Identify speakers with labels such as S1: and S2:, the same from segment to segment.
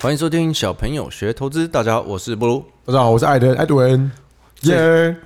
S1: 欢迎收听小朋友学投资，大家好，我是布鲁。
S2: 大家好，我是艾德艾德文。耶、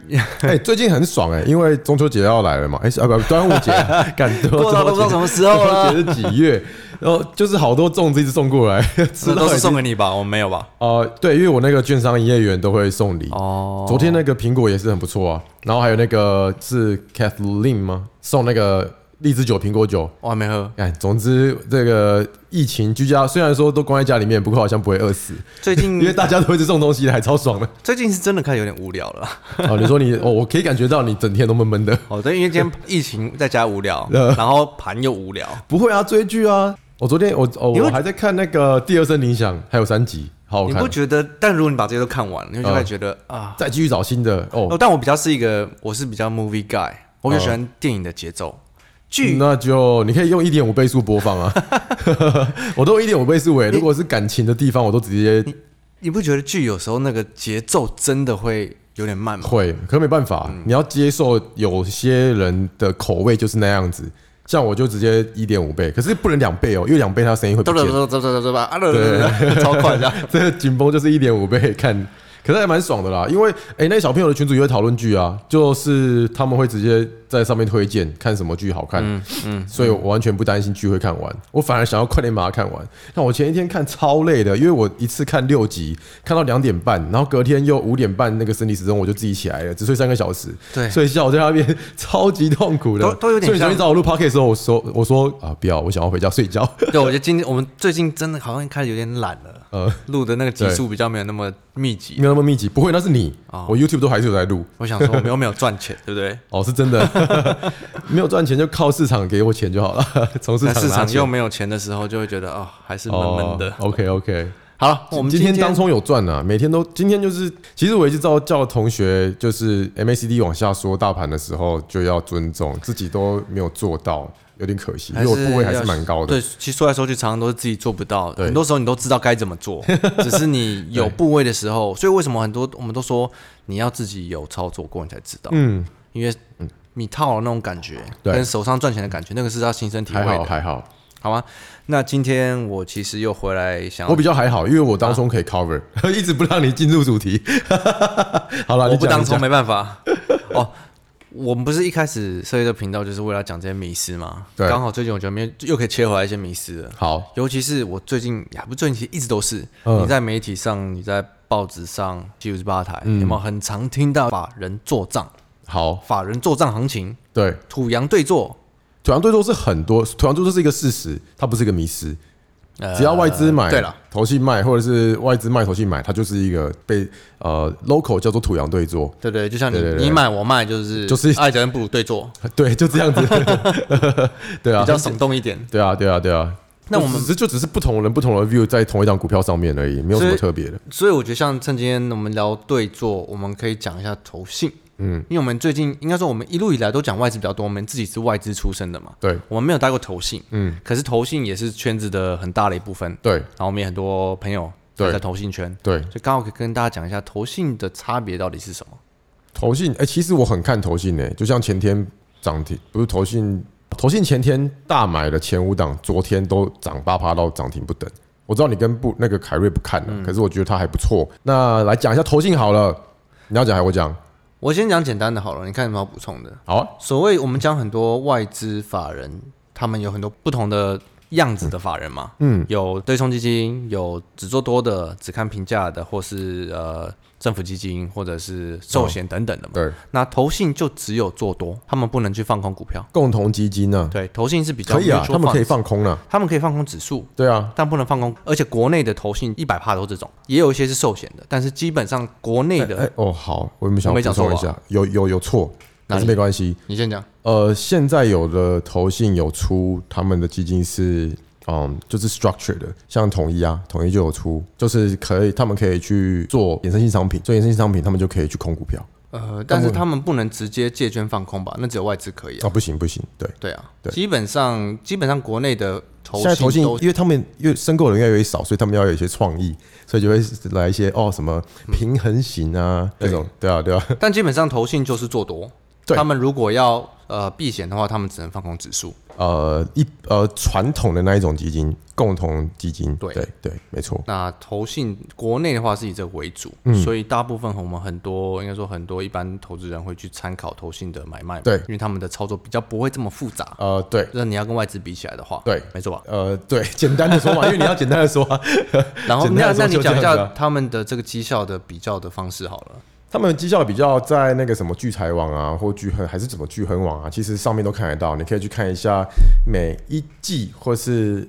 S2: 哎，最近很爽哎、因为中秋节要来了嘛，哎、是啊不，端午节， 感动。
S1: 过到都不知道什么时候了
S2: 端午节是几月？然后就是好多粽子一直送过来， 吃
S1: 这
S2: 到
S1: 都
S2: 已
S1: 是
S2: 经
S1: 送给你吧？我们没有吧？
S2: 呃，对，因为我那个券商营业员都会送礼。
S1: 哦，
S2: 昨天那个苹果也是很不错啊，然后还有那个是 Kathleen 吗？送那个荔枝酒、苹果酒。
S1: 我还没喝。
S2: 哎，总之这个疫情居家，虽然说都关在家里面，不过好像不会饿死，
S1: 最近
S2: 因为大家都一直送东西来，还超爽的。
S1: 最近是真的开始有点无聊 了。
S2: 哦，你说你，哦，我可以感觉到你整天都闷 闷的。
S1: 哦，对，因为今天疫情在家无 聊，
S2: 呃
S1: 然后盘又无聊。
S2: 不会啊，追剧啊。我昨天我哦，
S1: 你会
S2: 我还在看那个《第二声铃响》，还有三集，好好
S1: 你
S2: 看
S1: 不。觉得？但如果你把这些都看完，你就会觉得啊。
S2: 再继续找新的
S1: 哦，
S2: 哦，
S1: 但我比较是一个，我是比较 movie guy，我比较喜欢电影的节奏。剧
S2: 那就你可以用一点五倍速播 放啊。我都一点五倍速欸诶，如果是感情的地方，我都直接
S1: 你不觉得剧有时候那个节奏真的会有点慢 吗？
S2: 会，可没办法，
S1: 嗯
S2: 你要接受有些人的口味就是那样子。像我就直接一点五倍，可是不能两倍哦，因为两倍他声音会不
S1: 噔
S2: 见
S1: 噔。噔噔噔 噔吧，啊噔噔 噔，超快的。
S2: 这个紧绷就是一点五倍看，可是还蛮爽的啦。因为哎、诶那小朋友的群组也会讨论剧啊，就是他们会直接在上面推荐看什么剧好看，嗯，所以我完全不担心剧会看完，我反而想要快点把它看完。那我前一天看超累的，因为我一次看六集，看到两点半，然后隔天又五点半那个生理时钟我就自己起来了，只睡三个小时，
S1: 对
S2: 睡觉在那边超级痛苦的，
S1: 都都有点
S2: 所以你昨
S1: 像
S2: 天找我录 p o c a s t 的时候，我说我说啊不要，我想要回家睡觉。
S1: 对，我觉得今天我们最近真的好像开始有点懒了，
S2: 呃，
S1: 录的那个集数比较没有那么密集。
S2: 没有那么密集，不会，那是你，
S1: 哦
S2: 我 YouTube 都还是有在录。
S1: 我想说，我们又没有赚钱， 对不对？
S2: 哦，是真的， 没有赚钱就靠市场给我钱就好了，从市
S1: 在
S2: 场
S1: 市
S2: 拿
S1: 场
S2: 钱
S1: 又没有钱的时候，就会觉得哦，还是闷闷的。
S2: OK OK，
S1: 好了，我们
S2: 今
S1: 天
S2: 当中有赚啊，每天都今天就是，其实我一直照叫同学就是 MACD 往下说大盘的时候就要尊重，自己都没有做到，有点可惜，因为我部位还是蛮高的
S1: 对，。其实说来说去，常常都是自己做不到。
S2: 对
S1: 很多时候你都知道该怎么 做，只是你有部位的时候，所以为什么很多我们都说你要自己有操作过，你才知道。
S2: 嗯，
S1: 因为你套牢那种感觉，
S2: 对
S1: 跟手上赚钱的感觉，那个是要亲身体会
S2: 还好
S1: 的，
S2: 还好，
S1: 好吗？那今天我其实又回来想要
S2: 我比较还好，因为我当中可以 cover，、一 直不让你进入主题。 好了，
S1: 我
S2: 你
S1: 不
S2: 讲
S1: 当
S2: 你
S1: 冲
S2: 讲，
S1: 没办法。 哦，我们不是一开始设计这频道就是为了讲这些迷思嘛？
S2: 对
S1: 刚好最近我觉得没有又可以切回来一些迷思了，
S2: 好，
S1: 尤其是我最近也不是最近其实一直都是、
S2: 嗯
S1: 你在媒体上、你在报纸上、七五十八台、
S2: 嗯
S1: 有没有很常听到法人做账、
S2: 好，
S1: 法人做账行情、
S2: 对，
S1: 土洋对坐？
S2: 土洋对坐是很多，土洋对坐是一个事实，它不是一个迷失。
S1: 呃
S2: 只要外资买，
S1: 对了，
S2: 投信卖，或者是外资卖投信买，它就是一个被呃 local 叫做土洋对坐，
S1: 对对，就像你
S2: 对对对
S1: 你买我卖，就是
S2: 就是
S1: 爱德恩布鲁对坐，
S2: 对，就这样子， 对啊
S1: 比，较耸动一点。
S2: 对啊，对啊，对啊。
S1: 那我们
S2: 就只是就只是不同人不同的 view 在同一档股票上面而已，没有什么特别的。
S1: 所以我觉得，像趁今天我们聊对坐，我们可以讲一下投信。嗯，因为我们最近应该说，我们一路以来都讲外资比较多，我们自己是外资出身的嘛，
S2: 对
S1: 我们没有待过投信。嗯，可是投信也是圈子的很大的一部分，
S2: 对
S1: 然后我们也很多朋友
S2: 对
S1: 在投信圈，
S2: 对，
S1: 所以刚好可以跟大家讲一下投信的差别到底是什么。
S2: 投信哎、其实我很看投信诶、就像前天涨停，不是投信，投信前天大买的前五档，昨天都涨八趴到涨停不等。我知道你跟不那个凯瑞不看
S1: 嗯
S2: 了，可是我觉得他还不错。那来讲一下投信好了，你要讲还是我讲？
S1: 我先讲简单的好了，你看有没有要补充的？
S2: 好啊，
S1: 所谓我们讲很多外资法人，他们有很多不同的样子的法人嘛，嗯，有对冲基金，有只做多的，只看评价的，或是呃政府基金，或者是寿险等等的嘛。
S2: 对，
S1: 那投信就只有做多，他们不能去放空股票。
S2: 共同基金呢、
S1: 对，投信是比较
S2: 可以啊，
S1: mutual
S2: 他们可以
S1: funds，
S2: 放空啊，
S1: 他们可以放空指数。
S2: 对啊，
S1: 但不能放空，而且国内的投信一百帕都这种，也有一些是寿险的，但是基本上国内的，
S2: 哎、哦，好，我们想
S1: 我没
S2: 要
S1: 讲
S2: 补充一
S1: 错
S2: 下，有有有错，
S1: 哪
S2: 但
S1: 里
S2: 是没关系。
S1: 你先讲，
S2: 呃，现在有的投信有出他们的基金是，嗯，就是 structure 的，像统一啊，统一就有出，就是可以他们可以去做衍生性商品，做衍生性商品，他们就可以去空股票
S1: 呃，但是他们不能直接借券放空吧？那只有外资可以啊。
S2: 啊，不行不行，对。
S1: 对啊，
S2: 对
S1: 基本上基本上国内的投
S2: 现在投信
S1: 都，
S2: 因为他们越申购的人越来越少，所以他们要有一些创意，所以就会来一
S1: 嗯
S2: 些哦什么平衡型啊那种，对啊对啊，
S1: 但基本上投信就是做多，
S2: 对
S1: 他们如果要呃避险的话，他们只能放空指数。
S2: 呃一呃传统的那一种基金，共同基金，
S1: 对
S2: 对对，没错，
S1: 那投信国内的话是以这个为主，
S2: 嗯
S1: 所以大部分我们很多应该说很多一般投资人会去参考投信的买卖嘛，
S2: 对
S1: 因为他们的操作比较不会这么复杂。
S2: 呃对
S1: 那你要跟外资比起来的话，
S2: 对
S1: 没错吧？
S2: 呃对，简单的说嘛，因为你要简单的说啊，
S1: 然后
S2: 简
S1: 那
S2: 单地
S1: 那
S2: 说
S1: 你
S2: 就
S1: 讲一
S2: 这样子
S1: 下
S2: 啊
S1: 他们的这个绩效的比较的方式好了。
S2: 他们绩效比较在那个什么聚财网啊，或聚恒还是怎么聚恒网啊，其实上面都看得到，你可以去看一下每一季或是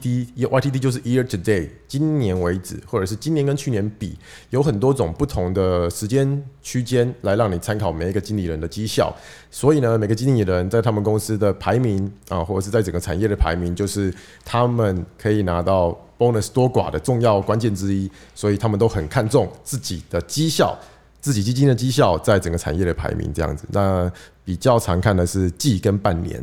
S2: YTD，YTD 就是 Year to Day，今年为止，或者是今年跟去年比，有很多种不同的时间区间来让你参考每一个经理人的绩效。所以呢，每个经理人在他们公司的排名啊，或者是在整个产业的排名，就是他们可以拿到 bonus 多寡的重要关键之一。所以他们都很看重自己的绩效。自己基金的绩效在整个产业的排名这样子。那比较常看的是季跟半年，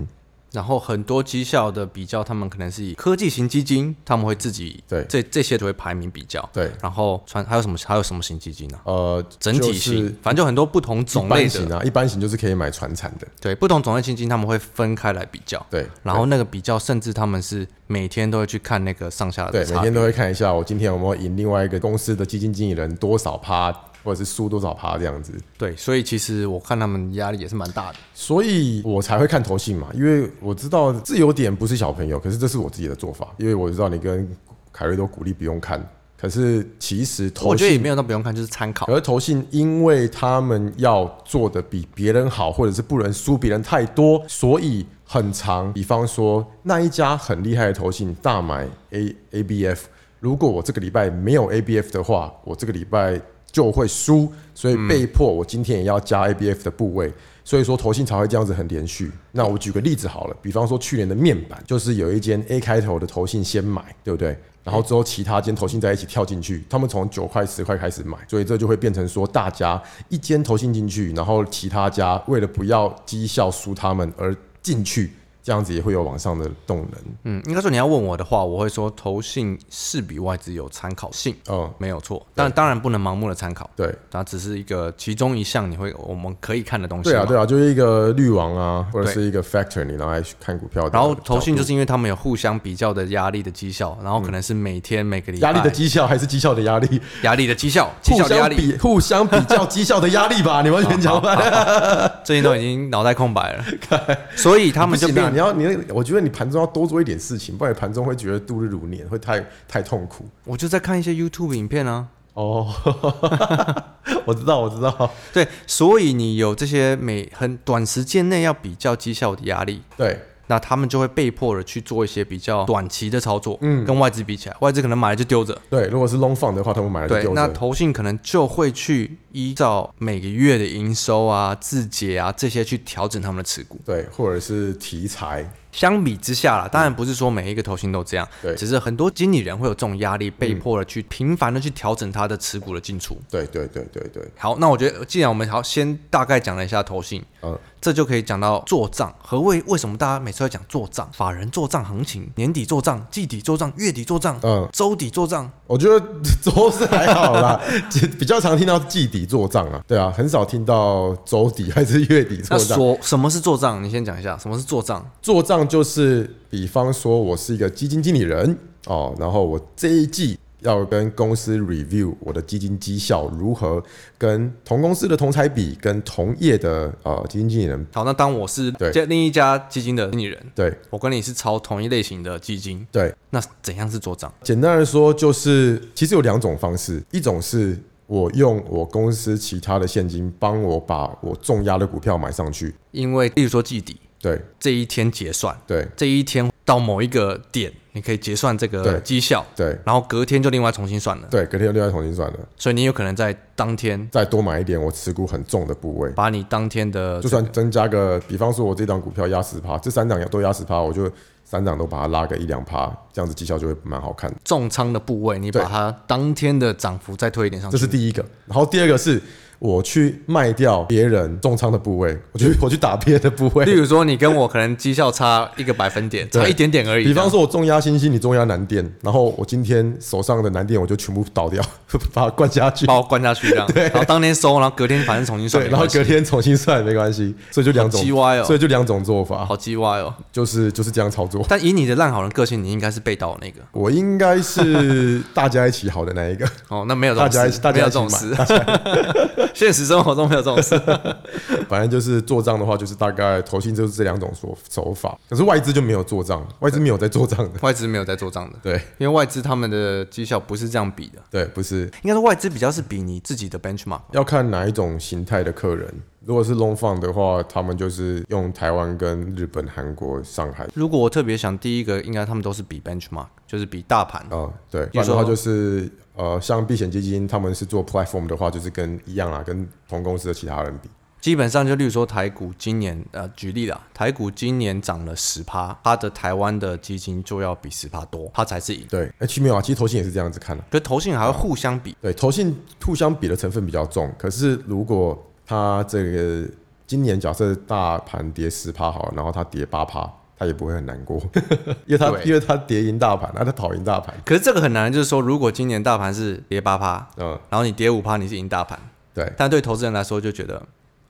S1: 然后很多绩效的比较，他们可能是以科技型基金，他们会自己
S2: 对
S1: 这这些都会排名比较。
S2: 对，
S1: 然后传还有什么还有什么型基金呢、
S2: 呃，
S1: 整体型，
S2: 就是
S1: 反正就很多不同种
S2: 一
S1: 类
S2: 般
S1: 的
S2: 型，啊，一般型就是可以买船产的，
S1: 对不同种类基金他们会分开来比较。
S2: 对，
S1: 然后那个比较，甚至他们是每天都会去看那个上下
S2: 对
S1: 的
S2: 每
S1: 差别。
S2: 天都会看一下我今天有没有赢另外一个公司的基金经理人多少趴，或者是输多少趴这样子。
S1: 对，所以其实我看他们压力也是蛮大的。
S2: 所以我才会看投信嘛，因为我知道自由点不是小朋友，可是这是我自己的做法，因为我知道你跟凯瑞都鼓励不用看，可是其实投
S1: 我觉得也
S2: 信嗯
S1: 没有那不用看，就是参考。
S2: 而投信因为他们要做的比别人好，或者是不能输别人太多，所以很长。比方说那一家很厉害的投信大买 A A B F，如果我这个礼拜没有 A B F 的话，我这个礼拜就会输，所以被迫我今天也要加 A B F 的部位。所以说投信才会这样子很连续。那我举个例子好了，比方说去年的面板，就是有一间 A 开头的投信先买，对不对？然后之后其他间投信在一起跳进去，他们从九块十块开始买，所以这就会变成说大家一间投信进去，然后其他家为了不要绩效输他们而进去，这样子也会有往上的动能。
S1: 嗯，应该说你要问我的话，我会说投信是比外资有参考性，
S2: 嗯，
S1: 没有错。但当然不能盲目的参考，
S2: 对。
S1: 它只是一个其中一项你会我们可以看的东西
S2: 对啊，
S1: 嘛。
S2: 对啊，就是一个滤网啊，或者
S1: 对
S2: 是一个 factor，你拿来去看股票的角
S1: 然
S2: 度。
S1: 后投信就是因为他们有互相比较的压力的绩效，然后可能是每天每个礼拜
S2: 压力的绩效还是绩效的压力？
S1: 压力的绩效，绩
S2: 互
S1: 效的压
S2: 相
S1: 力，啊
S2: 比互相比较绩效的压 力吧，你完全讲完了。
S1: 最近都已经脑袋空 白了，所以他们就
S2: 不行啊
S1: 变
S2: 你要你要，我觉得你盘中要多做一点事情，不然你盘中会觉得度日如年，会太太痛苦。
S1: 我就在看一些 YouTube 影片啊。
S2: 哦， 我知道，我知道，
S1: 对，所以你有这些每很短时间内要比较绩效的压力，
S2: 对
S1: 那他们就会被迫的去做一些比较短期的操作。嗯，跟外资比起来，外资可能买了就丢着。
S2: 对，如果是 long fund 的话，他们买了就
S1: 对，
S2: 丢
S1: 那
S2: 着。
S1: 投信可能就会去依照每个月的营收啊、字节啊这些去调整他们的持股。
S2: 对，或者是题材，
S1: 相比之下啦，当然不是说每一个投信都这样，
S2: 对
S1: 只是很多经理人会有这种压力，被迫的去频繁的去调整他的持股的进出。
S2: 对对对对对，
S1: 好，那我觉得既然我们好先大概讲了一下投信，
S2: 嗯，
S1: 这就可以讲到做账。何谓为什么大家每次都在讲做账？法人做账行情，年底做账，季底做账，月底做账，
S2: 嗯
S1: 周底做账。
S2: 我觉得 周是还好啦， 其比较常听到季底做账啊，对啊，很少听到周底还是月底做
S1: 那
S2: 账。
S1: 所什么是做账？你先讲一下什么是做账。
S2: 做账就是，比方说我是一个基金经理人哦，然后我这一季要跟公司 review 我的基金绩效如何，跟同公司的同才比，跟同业的呃基金经理人
S1: 好，那当我是
S2: 对
S1: 这另一家基金的经理人，
S2: 对
S1: 我跟你是抄同一类型的基金，
S2: 对，
S1: 那怎样是做账？
S2: 简单的说就是，其实有两种方式，一种是。我用我公司其他的现金帮我把我重压的股票买上去，
S1: 因为例如说季底
S2: 对
S1: 这一天结算，
S2: 对
S1: 这一天到某一个点，你可以结算这个
S2: 对
S1: 绩效，
S2: 对
S1: 然后隔天就另外重新算了。
S2: 对，隔天又另外重新算了，
S1: 所以你有可能在当天
S2: 再多买一点我持股很重的部位，
S1: 把你当天的
S2: 就算增加个，比方说我这档股票压十趴，这三档都压十趴，我就三档都把它拉个一两趴，这样子绩效就会蛮好看的。
S1: 重仓的部位，你
S2: 对
S1: 把它当天的涨幅再推一点上
S2: 这
S1: 去。
S2: 是第一个，然后第二个是我去卖掉别人重仓的部位，我去我去打别人的部
S1: 例
S2: 位。
S1: 如说，你跟我可能绩效差一个百分点，
S2: 对
S1: 差一点点而已。
S2: 比方说，我重压星星，你重压南电，然后我今天手上的南电我就全部倒掉， 把它灌下去
S1: 这样，把我关下去这样，然后当天收，然后隔天反正重新算
S2: 对，
S1: 没
S2: 然后
S1: 关系，
S2: 隔天重新算没关系。 所以就两种
S1: 好鸡歪哦
S2: 所以就两种做法，
S1: 好鸡歪哦。
S2: 就是就是这样操作。
S1: 但以你的烂好人个性，你应该是被盗的那个。
S2: 我应该是大家一起好的那一个，
S1: 哦，那没有这
S2: 大
S1: 种
S2: 家一
S1: 事
S2: 起，大
S1: 没
S2: 家
S1: 有
S2: 一
S1: 这
S2: 起
S1: 种
S2: 买。
S1: 事， 现实生活中没有这种事。
S2: 反正就是做账的话，就是大概投信就是这两种手手法，可是外资就没有做账，外资没有在做账的。
S1: 外资没有在做账的，
S2: 对
S1: 因为外资他们的绩效不是这样比的，
S2: 对，不是
S1: 应该说外资比较是比你自己的 benchmark。
S2: 要看哪一种形态的客人。如果是 long fund 的话，他们就是用台湾跟日本、韩国、上海
S1: 如果我特别想，第一个应该他们都是比 benchmark，就是比大盘
S2: 啊、。对。
S1: 如
S2: 不然的
S1: 说
S2: 话就是呃，像避险基金，他们是做 platform 的话，就是跟一样啦，跟同公司的其他人比。
S1: 基本上就例如说台股今年，呃，举例啦，台股今年涨了十趴，它的台湾的基金就要比十趴多，它才是赢。
S2: 对，哎、其实没有啊，其实投信也是这样子看的、
S1: 可是投信还会互相比，
S2: 对，投信互相比的成分比较重，可是如果它这个今年假设大盘跌十趴好了，然后它跌八趴，它也不会很难过， 因为它
S1: 对
S2: 因为它跌赢大盘，那它讨赢大盘，
S1: 可是这个很难，就是说如果今年大盘是跌八趴，
S2: 嗯，
S1: 然后你跌五趴，你是赢大盘，
S2: 对，
S1: 但对投资人来说就觉得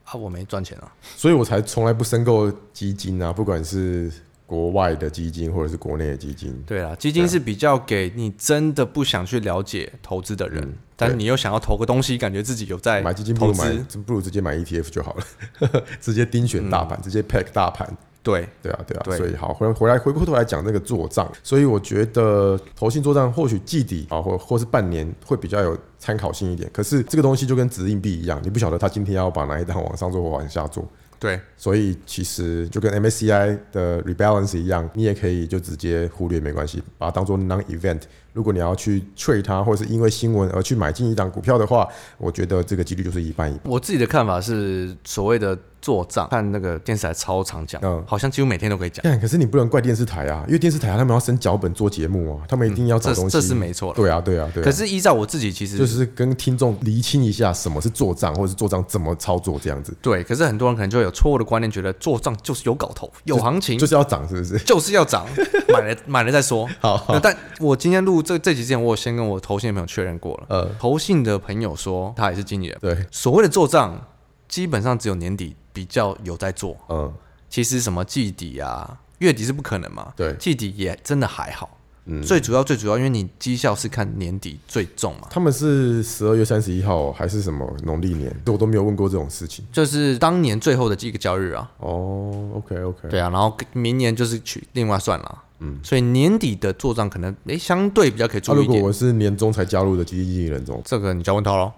S1: 啊，我没赚钱啊。
S2: 所以我才从来不申购基金啊，不管是国外的基金或者是国内的基金，
S1: 对啦，基金是比较给你真的不想去了解投资的人，但是你又想要投个东西，感觉自己有在
S2: 买基金不
S1: 哎投
S2: 如买
S1: 资，，
S2: 不如直接买 ETF 就好了， 直接盯选大盘，直接 pack 大盘，
S1: 对，
S2: 对啊，对啊，
S1: 嗯对
S2: 所以好，回回来回过头来讲那个做账，所以我觉得投信做账或许季底啊，或或是半年会比较有参考性一点。可是这个东西就跟掷硬币一样，你不晓得他今天要把哪一档往上做或往下做，
S1: 对，
S2: 所以其实就跟 MSCI 的 rebalance 一样，你也可以就直接忽略没关系，把它当做 non event。如果你要去 trade 它，或者是因为新闻而去买进一档股票的话，我觉得这个几率就是一半一半。
S1: 我自己的看法是，所谓的做账，看那个电视台超常讲，
S2: 嗯
S1: 好像几乎每天都可以讲，
S2: 但可是你不能怪电视台啊，因为电视台他们要生脚本做节目啊，他们一定要
S1: 嗯
S2: 找
S1: 这
S2: 东西。
S1: 这是没错了。
S2: 对啊，对啊，对啊。
S1: 可是依照我自己，其实、
S2: 就是跟听众厘清一下什么是做账，或者是做账怎么操作这样子，
S1: 对，可是很多人可能就会有错误的观念，觉得做账就是有搞头，有行情
S2: 就。是要涨，是不是？
S1: 就是要 涨，买了买了再说。
S2: 好
S1: 那但我今天录这这集之前，我有先跟我投信的朋友确认过了。
S2: 呃，
S1: 投信的朋友说，他也是经理人，
S2: 对，
S1: 所谓的做账，基本上只有年底比较有在做。
S2: 嗯
S1: 其实什么季底啊、月底是不可能嘛，
S2: 对
S1: 季底也真的还好。
S2: 嗯，
S1: 最主要最主要，因为你绩效是看年底最重嘛，
S2: 他们是十二月三十一号还是什么农历年？我都没有问过这种事情。
S1: 就是当年最后的一个交易日啊。
S2: 哦，OK OK，
S1: 对啊，然后明年就是去另外算了。嗯，所以年底的做账可能诶相对比较可以
S2: 那、
S1: 注意
S2: 啊如
S1: 一
S2: 果
S1: 点。
S2: 我是年终才加入的基金经理人，怎么
S1: 这个你就要问他喽，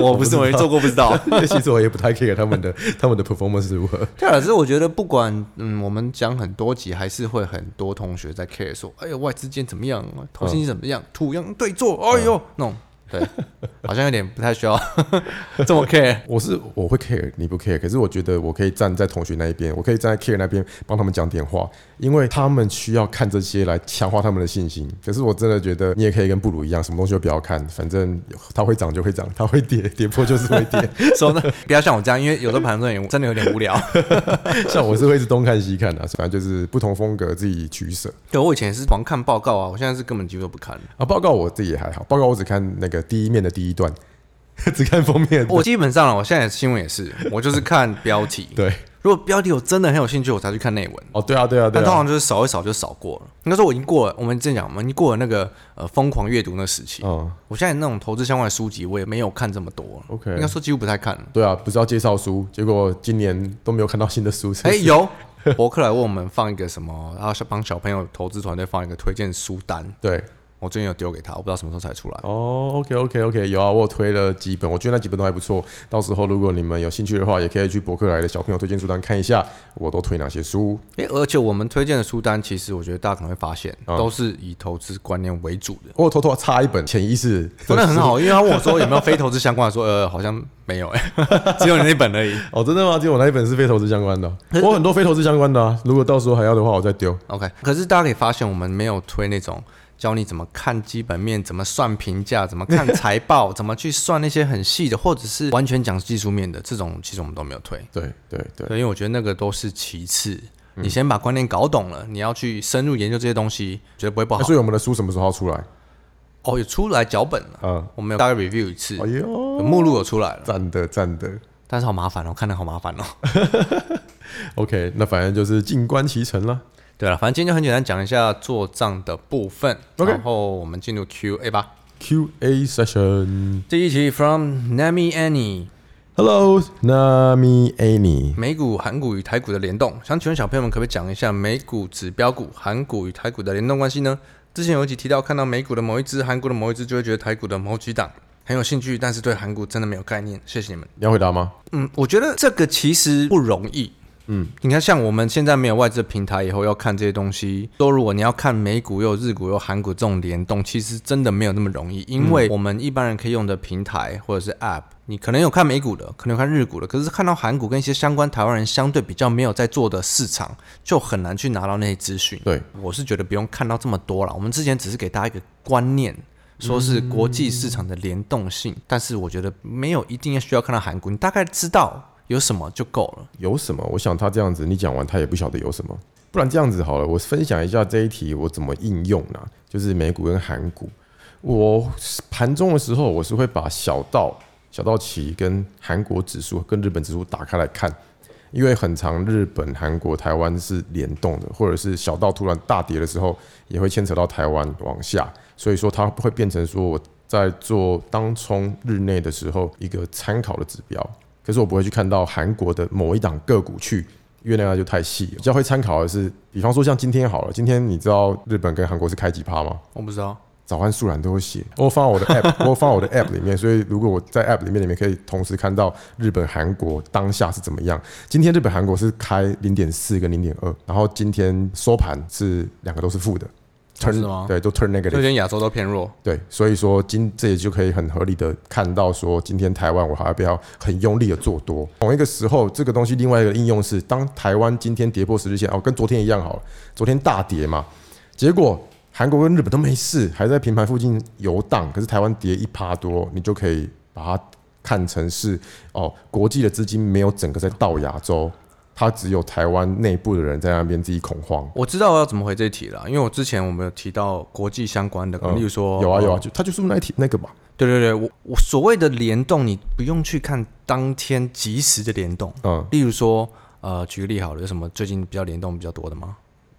S1: 我不是没做过，不知道。
S2: 办？ 其实我也不太 care 他们的他们的 performance 如何。
S1: 对啊，只是我觉得不管嗯，我们讲很多集，还是会很多同学在 care 说，哎呦，外资间怎么样，
S2: 嗯
S1: 投信怎么样，土洋对坐，哎呦，那种对， 好像有点不太需要 这么 care。
S2: 我是我会 care，你不 care，可是我觉得我可以站在同学那一边，我可以站在 care 那边帮他们讲点话，因为他们需要看这些来强化他们的信心。可是我真的觉得你也可以跟布鲁一样，什么东西都不要看，反正它会涨就会涨，它会跌跌破就是会跌。
S1: 说呢， 不要像我这样，因为有时候盘中也真的有点无聊。
S2: 像我是会一直东看西看的、啊反正就是不同风格自己取舍
S1: 对，我以前是狂看报告啊，我现在是根本几乎都不看。
S2: 啊。报告我自己也还好，报告我只看那个第一面的第一段， 只看封面。
S1: 我基本上啊，我现在新闻也是，我就是看标题。
S2: 对，
S1: 如果标题我真的很有兴趣，我才去看内文。
S2: 哦对啊对啊对
S1: 但通
S2: 啊，
S1: 常就是扫一扫就扫过了。应该说我已经过了，我们之前讲嘛，已经过了那个呃疯狂阅读那时期。
S2: 嗯。
S1: 我现在那种投资相关的书籍，我也没有看这么多了
S2: OK
S1: 应该说几乎不太 看了。
S2: 对啊，不是要介绍书，结果今年都没有看到新的书。
S1: 哎、有博客来为我们放一个什么，然后帮小朋友投资团队放一个推荐书单，
S2: 对，
S1: 我最近有丢给他，我不知道什么时候才出来。
S2: 哦，OK OK OK，有啊，我有推了几本，我觉得那几本都还不错。到时候如果你们有兴趣的话，也可以去博客来的小朋友推荐书单看一下，我都推哪些书。
S1: 哎、而且我们推荐的书单，其实我觉得大家可能会发现，
S2: 哦
S1: 都是以投资观念为主的。
S2: 我有偷偷插一本《潜意识》，
S1: 真的很好，因为他问我说有没有非投资相关的，说呃好像没 有、哎，只有你那本而已。
S2: 哦，真的吗？只有我那一本是非投资相关的，哦我很多非投资相关的啊。如果到时候还要的话，我再丢。
S1: OK，可是大家可以发现，我们没有推那种教你怎么看基本面，怎么算评价，怎么看财报，怎么去算那些很细的，或者是完全讲技术面的这种，其实我们都没有推。
S2: 对对对，
S1: 对，因为我觉得那个都是其次。你先把观念搞懂了，你要去深入研究这些东西，绝对不会不好
S2: 那。所以我们的书什么时候要出来？
S1: 哦，有出来脚本了，
S2: 嗯，
S1: 我们有大概 review 一次
S2: 哎，呦，
S1: 目录有出来了，
S2: 赞的赞的
S1: 但是好麻烦哦，看的好麻烦哦。
S2: ，OK，那反正就是静观其成了。
S1: 对了，反正今天就很简单讲一下做账的部分
S2: OK
S1: 然后我们进入 Q&A 吧。
S2: Q&A session。
S1: 第一题 from Nami Annie，
S2: Hello，Nami Annie。
S1: 美股、韩股与台股的联动，想请问小朋友们可不可以讲一下美股指标股、韩股与台股的联动关系呢？之前有一集提到，看到美股的某一只、韩股的某一只，就会觉得台股的某几档很有兴趣，但是对韩股真的没有概念。谢谢你们。
S2: 你要回答吗？
S1: 嗯，我觉得这个其实不容易。嗯，你看，像我们现在没有外资的平台，以后要看这些东西，都如果你要看美股又有日股又有韩股这种联动，其实真的没有那么容易，因为我们一般人可以用的平台或者是 App，你可能有看美股的，可能有看日股的，可是看到韩股跟一些相关台湾人相对比较没有在做的市场，就很难去拿到那些资讯。
S2: 对，
S1: 我是觉得不用看到这么多了。我们之前只是给大家一个观念，说是国际市场的联动性，但是我觉得没有一定要需要看到韩股，你大概知道有什么就够了。
S2: 有什么？我想他这样子，你讲完他也不晓得有什么。不然这样子好了，我分享一下这一题我怎么应用呢、就是美股跟韩股。我盘中的时候，我是会把小道、小道旗跟韩国指数跟日本指数打开来看，因为很长日本、韩国、台湾是联动的，或者是小道突然大跌的时候，也会牵扯到台湾往下，所以说它会变成说我在做当冲日内的时候一个参考的指标。可是我不会去看到韩国的某一档个股去，因为那样就太细了。比较会参考的是，比方说像今天好了，今天你知道日本跟韩国是开几趴吗？
S1: 我不知道，
S2: 早安素然都会写， 我放我的 app，我放我的 app 里面，所以如果我在 app 里面，你们可以同时看到日本、韩国当下是怎么样。今天日本、韩国是开零点四跟零点二，然后今天收盘是两个都是负的
S1: 是吗
S2: ，turn 对，都 turn 那个
S1: 最近亚洲都偏弱。
S2: 对，所以说今这也就可以很合理的看到说，今天台湾我还要不要很用力的做多？同一个时候，这个东西另外一个应用是，当台湾今天跌破十日线哦，跟昨天一样好了，昨天大跌嘛，结果韩国跟日本都没事，还在平盘附近游荡，可是台湾跌一趴多，你就可以把它看成是哦，国际的资金没有整个在到亚洲，它只有台湾内部的人在那边自己恐慌。
S1: 我知道我要怎么回这一题了，因为我之前我们有提到国际相关的，例如说、呃
S2: 有啊有啊，就它就是那一题那个吧，
S1: 对对对，我我所谓的联动，你不用去看当天即时的联动，
S2: 嗯，
S1: 例如说呃，举个例好了，有什么最近比较联动比较多的吗？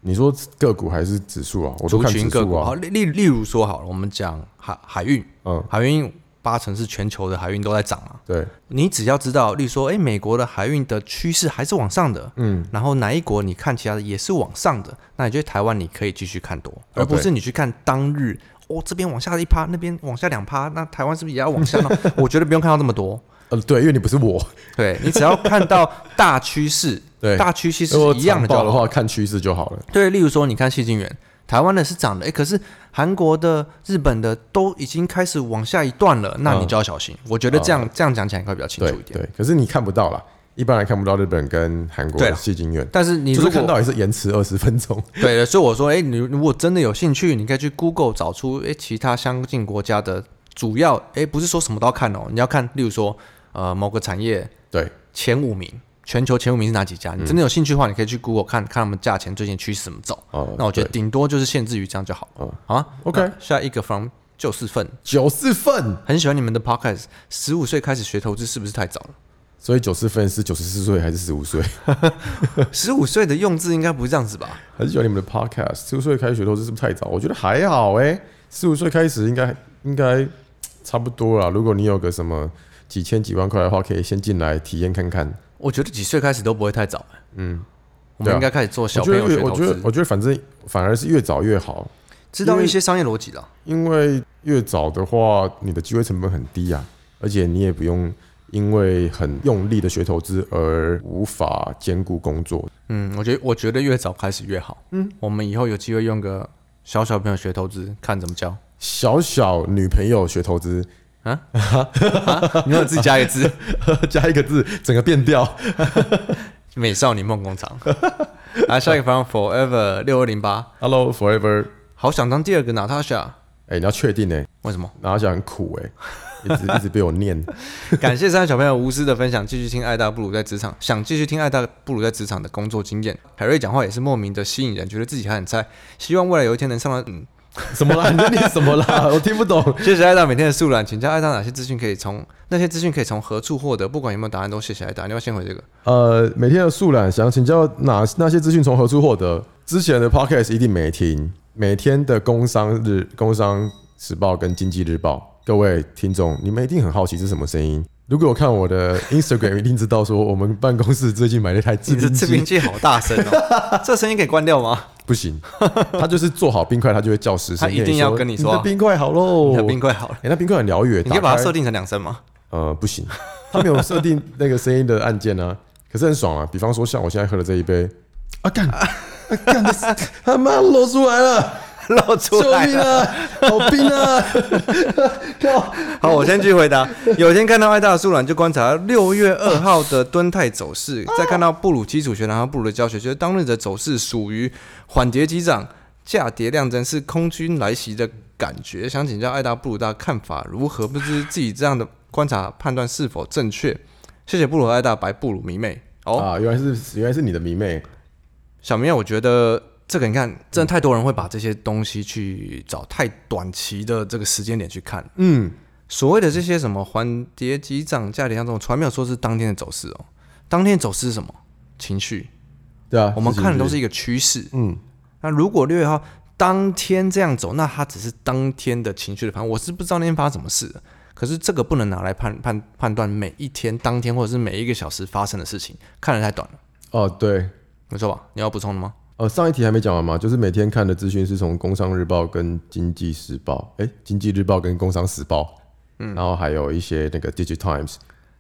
S2: 你说个股还是指数啊？我都
S1: 族
S2: 看指
S1: 群个
S2: 数
S1: 股，
S2: 啊
S1: 好，。例例例如说好了，我们讲海海运，
S2: 嗯，
S1: 海运八成是全球的海运都在涨嘛。
S2: 对，
S1: 你只要知道，例如说，哎，美国的海运的趋势还是往上的，
S2: 嗯，
S1: 然后哪一国你看其他的也是往上的，那你觉得台湾你可以继续看多，
S2: 哦对
S1: 而不是你去看当日哦这边往下一趴，那边往下两趴，那台湾是不是也要往下呢？ 我觉得不用看到这么多，
S2: 呃，对，因为你不是我，
S1: 对你只要看到大趋势，
S2: 对
S1: 大趋势是
S2: 如果
S1: 一样的就
S2: 长
S1: 好
S2: 报的话，看趋势就好了。
S1: 对，例如说，你看谢金元，台湾的是涨的，诶，可是韩国的、日本的都已经开始往下一段了，那你就要小心。我觉得这样、这样讲起来会比较清
S2: 对
S1: 楚一点。
S2: 对，可是你看不到啦，一般人看不到日本跟韩国
S1: 对
S2: 的
S1: 啦
S2: 戏精院，
S1: 但是你
S2: 就
S1: 如
S2: 是
S1: 果
S2: 看到也是延迟二十分钟。
S1: 对所以我说，诶，你如果真的有兴趣，你可以去 Google 找出诶其他相近国家的主要，诶，不是说什么都要看哦，你要看，例如说呃某个产业
S2: 对，
S1: 前五名。全球前五名是哪几家？你真的有兴趣的话，你可以去 Google 看看他们价钱最近趋势怎么走。
S2: 哦
S1: 那我觉得顶多就是限制于这样就好了。好啊
S2: OK
S1: 那下一个 from 就是份，
S2: 九四份，
S1: 很喜欢你们的 podcast。十五岁开始学投资是不是太早了？
S2: 所以九四份是九十四岁还是十五岁？
S1: 十五岁的用字应该不是这样子吧？
S2: 很喜欢你们的 podcast。十五岁开始学投资是不是太早？我觉得还好哎、十五岁开始应该应该差不多啦。如果你有个什么几千几万块的话，可以先进来体验看看。
S1: 我觉得几岁开始都不会太早、嗯，我
S2: 对
S1: 们
S2: 啊
S1: 应该开始做
S2: 我
S1: 小朋
S2: 觉得
S1: 友
S2: 越
S1: 学
S2: 我
S1: 投
S2: 觉得
S1: 资，
S2: 我觉得反正反而是越早越好。
S1: 知道一些商业逻辑了。
S2: 因为越早的话，你的机会成本很低啊，而且你也不用因为很用力的学投资而无法兼顾工作。
S1: 嗯，我觉得我觉得越早开始越好。嗯，我们以后有机会用个小小朋友学投资，看怎么教。
S2: 小小女朋友学投资，
S1: 你有自己加一个字，
S2: 加一个字，整个变调。
S1: 美 少女梦工厂。来，下一个 from forever 六二零八。
S2: Hello forever，
S1: 好想当第二个娜塔莎，
S2: 哎、你要确定哎、欸，
S1: 为什么？
S2: 然后想很苦哎、一直一 直被我念。
S1: 感谢三位小朋友无私的分享，继续听艾大布鲁在职场，想继续听艾大布鲁在职场的工作经验。海瑞讲话也是莫名的吸引人，觉得自己还很菜，希望未来有一天能上到嗯。
S2: 什么啦？你在念什么啦？ 我听不懂。
S1: 谢谢艾大每天的素览，请教艾大哪些资讯可以从那些资讯可以从何处获得？不管有没有答案，都谢谢艾大。你要不要先回这个，
S2: 呃，每天的速览，想请教哪那些资讯从何处获得？之前的 podcast 一定没听，每天的工商日、工商时报跟经济日报，各位听众，你们一定很好奇是什么声音。如果有看我的 Instagram，一定知道说我们办公室最近买了一台制
S1: 你这
S2: 冰
S1: 吃
S2: 机
S1: 冰，器好大声哦，这声音可以关掉 吗？
S2: 不行，它就是做好冰块，它就会叫十声，
S1: 它一定要跟你
S2: 你
S1: 说啊
S2: 的冰块好喽，
S1: 你的冰块好了，
S2: 哎、那冰块很疗愈，
S1: 你可以把它设
S2: 定，
S1: 定成两声吗？
S2: 呃，不行，它没有设定那个声音的按键啊，可是很爽啊。比方说像我现在喝的这一杯，啊干，啊干， 这他妈露出来了，
S1: 露出
S2: 救
S1: 来
S2: 命
S1: 了。
S2: 啊，好冰啊， 靠，
S1: 好，我先去回答。有天看到爱大的素兰，就观察六月二号的蹲态走势，再看到布鲁基础学堂和布鲁的教学，觉得当日的走势属于缓跌急涨，价跌量增，是空军来袭的感觉。想请教爱大布鲁大看法如何？不知自己这样的观察判断是否正确？谢谢布鲁爱大白布鲁迷妹哦，
S2: 啊，原来是原来是你的迷妹，
S1: 小明，我觉得这个你看，真的太多人会把这些东西去找太短期的这个时间点去看。
S2: 嗯，
S1: 所谓的这些什么缓跌急涨、价跌量这种，从来没有说是当天的走势哦。当天的走势是什么？情绪。
S2: 对啊，
S1: 我们看的都
S2: 是
S1: 是一个趋势。
S2: 嗯，
S1: 那如果六月号当天这样走，那它只是当天的情绪的反应。我是不知道那天发生什么事的，可是这个不能拿来判判判断每一天、当天或者是每一个小时发生的事情，看得太短了，
S2: 哦对。
S1: 没错吧？你要补充的吗？
S2: 呃，上一题还没讲完嘛，就是每天看的资讯是从《工商日报》跟《经济时报》，哎，《经济日报》跟《工商时报》，嗯，然后还有一些那个《Digi Times》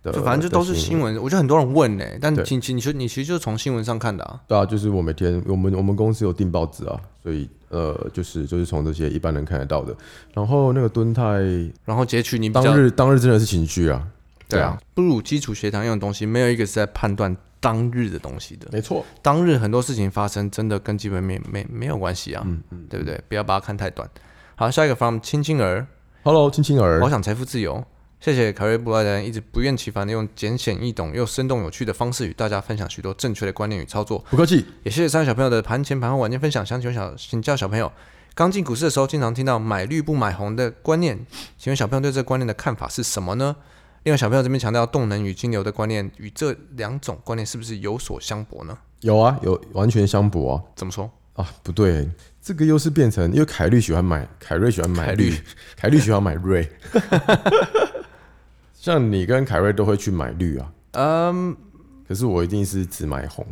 S2: 的，
S1: 就反正就都是
S2: 的
S1: 新闻，我觉得很多人问呢、但
S2: 对
S1: 其其你就你其实就是从新闻上看的啊。
S2: 对啊，就是我每天我们我们公司有订报纸啊，所以呃，就是就是从这些一般人看得到的。然后那个敦泰
S1: 然后截取你比较
S2: 当日当日真的是情绪啊，对啊，，
S1: 不如基础学堂用的东西，没有一个是在判断当日的东西的。
S2: 没错，
S1: 当日很多事情发生，真的跟基本面没没有关系啊，嗯嗯，对不对？不要把它看太短。好，下一个 from 青青儿，
S2: Hello，亲亲儿
S1: 我，想财富自由。谢谢凯瑞布莱人一直不厌其烦的用简显易懂又生动有趣的方式与大家分享许多正确的观念与操作。
S2: 不客气。
S1: 也谢谢三位小朋友的盘前盘后晚间分享。想请问小请教小朋友，刚进股市的时候，经常听到买绿不买红的观念，请问小朋友对这个观念的看法是什么呢？另外，小朋友这边强调动能与金流的观念，与这两种观念是不是有所相驳呢？
S2: 有啊，有完全相补啊
S1: 怎么说？
S2: 啊，不对，这个又是变成因为凯律喜欢买，凯瑞喜欢买
S1: 凯律
S2: 绿，凯律喜欢买瑞， 像你跟凯瑞都会去买绿啊，
S1: 嗯，
S2: 可是我一定是只买红。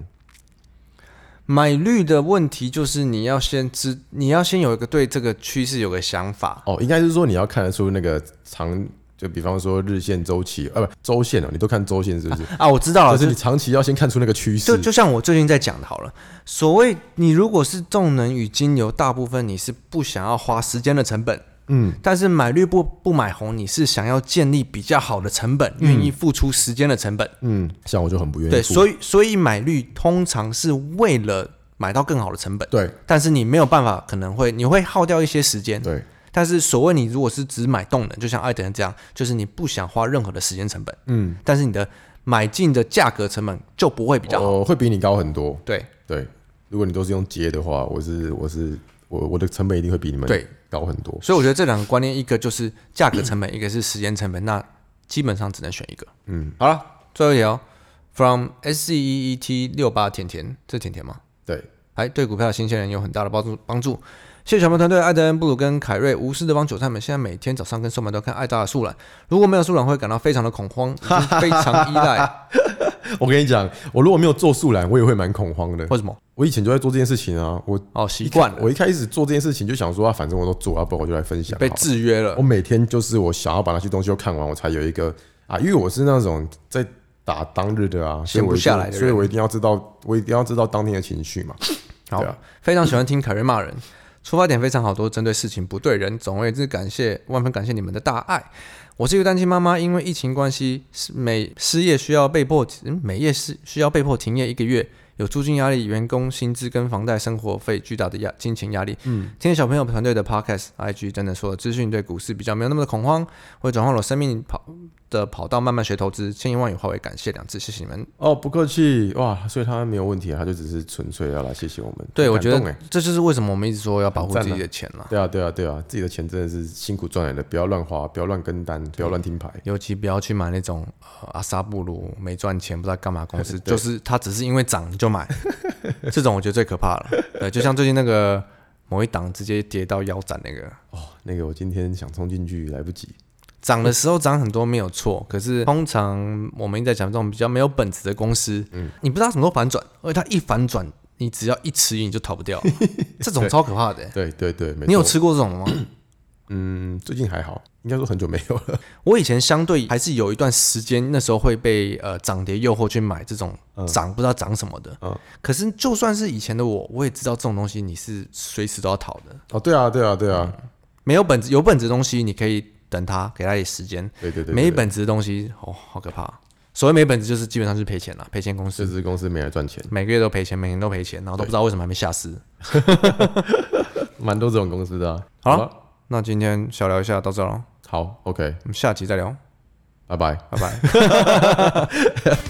S1: 买绿的问题就是你要先知，你要先有一个对这个趋势有个想法。
S2: 哦，应该是说你要看得出那个长，就比方说日线周期，呃，不周线哦，你都看周线是不是？
S1: 啊，我知道了，
S2: 就是
S1: 就
S2: 你长期要先看出那个趋
S1: 就
S2: 势。
S1: 就像我最近在讲的，好了，所谓你如果是动能与金流，大部分你是不想要花时间的成本，
S2: 嗯，
S1: 但是买绿不不买红，你是想要建立比较好的成本，愿意付出时间的成本，
S2: 嗯，像我就很不愿
S1: 对，
S2: 意付。
S1: 所以所以买绿通常是为了买到更好的成本，
S2: 对
S1: 但是你没有办法，可能会你会耗掉一些时间，
S2: 对，
S1: 但是所谓你如果是只买动能，就像艾德这样，就是你不想花任何的时间成本，
S2: 嗯，
S1: 但是你的买进的价格成本就不会比较好，
S2: 我哦会比你高很多。
S1: 对。
S2: 对，如果你都是用接的话，我是我是我我的成本一定会比你们
S1: 对
S2: 高很多。
S1: 所以我觉得这两个观念，一个就是价格成本，一个是时间成本，那基本上只能选一个。嗯，好了，最后一条，from S C E E T 六八甜甜，这是甜甜吗？
S2: 对，
S1: 哎，对股票的新鲜人有很大的帮助帮助。谢谢小朋友团队艾德恩、布鲁跟凯瑞无私的帮韭菜们。现在每天早上跟宋满都看艾达的速览，如果没有速览会感到非常的恐慌，已经非常依 赖。
S2: 我跟你讲，我如果没有做素兰，我也会蛮恐慌的。
S1: 为什么？
S2: 我以前就在做这件事情啊，我
S1: 哦，习惯了，
S2: 我一开始做这件事情就想说啊，反正我都做，啊，不然我就来分享好
S1: 被
S2: 了。
S1: 制约了
S2: 我。每天就是我想要把那些东西都看完，我才有一个啊，因为我是那种在打当日的啊，所以
S1: 闲不
S2: 我一定
S1: 下来的人
S2: 所以我一定要知道，我一定要知道当天的情绪嘛。
S1: 好，
S2: 对啊
S1: 非常喜欢听凯瑞骂人， 出发点非常好，都是针对事情不对人。总而言之，感谢万分感谢你们的大爱。我是一个单亲妈妈，因为疫情关系，是每失业需要被迫嗯每夜失需要被迫停业一个月，有租金压力、员工薪资跟房贷、生活费巨大的压金钱压力。嗯，今天小朋友团队的 podcast、IG 真的说资讯对股市比较没有那么的恐慌，会转换我生命跑的跑道，慢慢学投资。千言万语化为感谢两字，谢谢你们。
S2: 哦，不客气哇，所以他没有问题啊，他就只是纯粹要来谢谢我们。
S1: 对，
S2: 很
S1: 我
S2: 感
S1: 觉
S2: 动
S1: 得
S2: 欸
S1: 这就是为什么我们一直说要保护
S2: 很赞
S1: 自己
S2: 啊
S1: 的钱啦，
S2: 对啊，对啊，对啊，自己的钱真的是辛苦赚来的，不要乱花，不要乱跟单，不要乱听牌。
S1: 尤其不要去买那种呃阿萨布鲁没赚钱不知道干嘛 公司，就是它只是因为涨你就买， 这种我觉得最可怕了。对，就像最近那个某一档直接跌到腰斩那个，
S2: 哦，那个我今天想冲进去来不及，
S1: 涨的时候涨很多没有错，可是通常我们一直在讲这种比较没有本质的公司，嗯，你不知道什么时候反转，而且它一反转，你只要一迟疑你就逃不掉 了，这种超可怕的欸、
S2: 对对对，没
S1: 你有
S2: 错
S1: 吃过这种的吗？
S2: 嗯，最近还好，应该说很久没有了。
S1: 我以前相对还是有一段时间，那时候会被呃涨跌诱惑去买这种涨不知道涨什么的。
S2: 嗯
S1: 可是就算是以前的我，我也知道这种东西你是随时都要逃的。
S2: 哦，对啊，对啊，对啊，
S1: 没有本质有本质的东西，你可以等它，给它一点时间。
S2: 对对对，
S1: 没
S2: 对
S1: 本质的东西，哦，好可怕。所谓没本质，就是基本上是赔钱了，赔钱公
S2: 这
S1: 司
S2: 支公司没来赚钱，
S1: 每个月都赔钱，每年都赔钱，然后都不知道为什么还没下市。
S2: 蛮多这种公司的啊。
S1: 好了
S2: 了，
S1: 那今天小聊一下到这了，
S2: 好，OK，
S1: 我们下集再聊，
S2: 拜拜。
S1: 拜拜。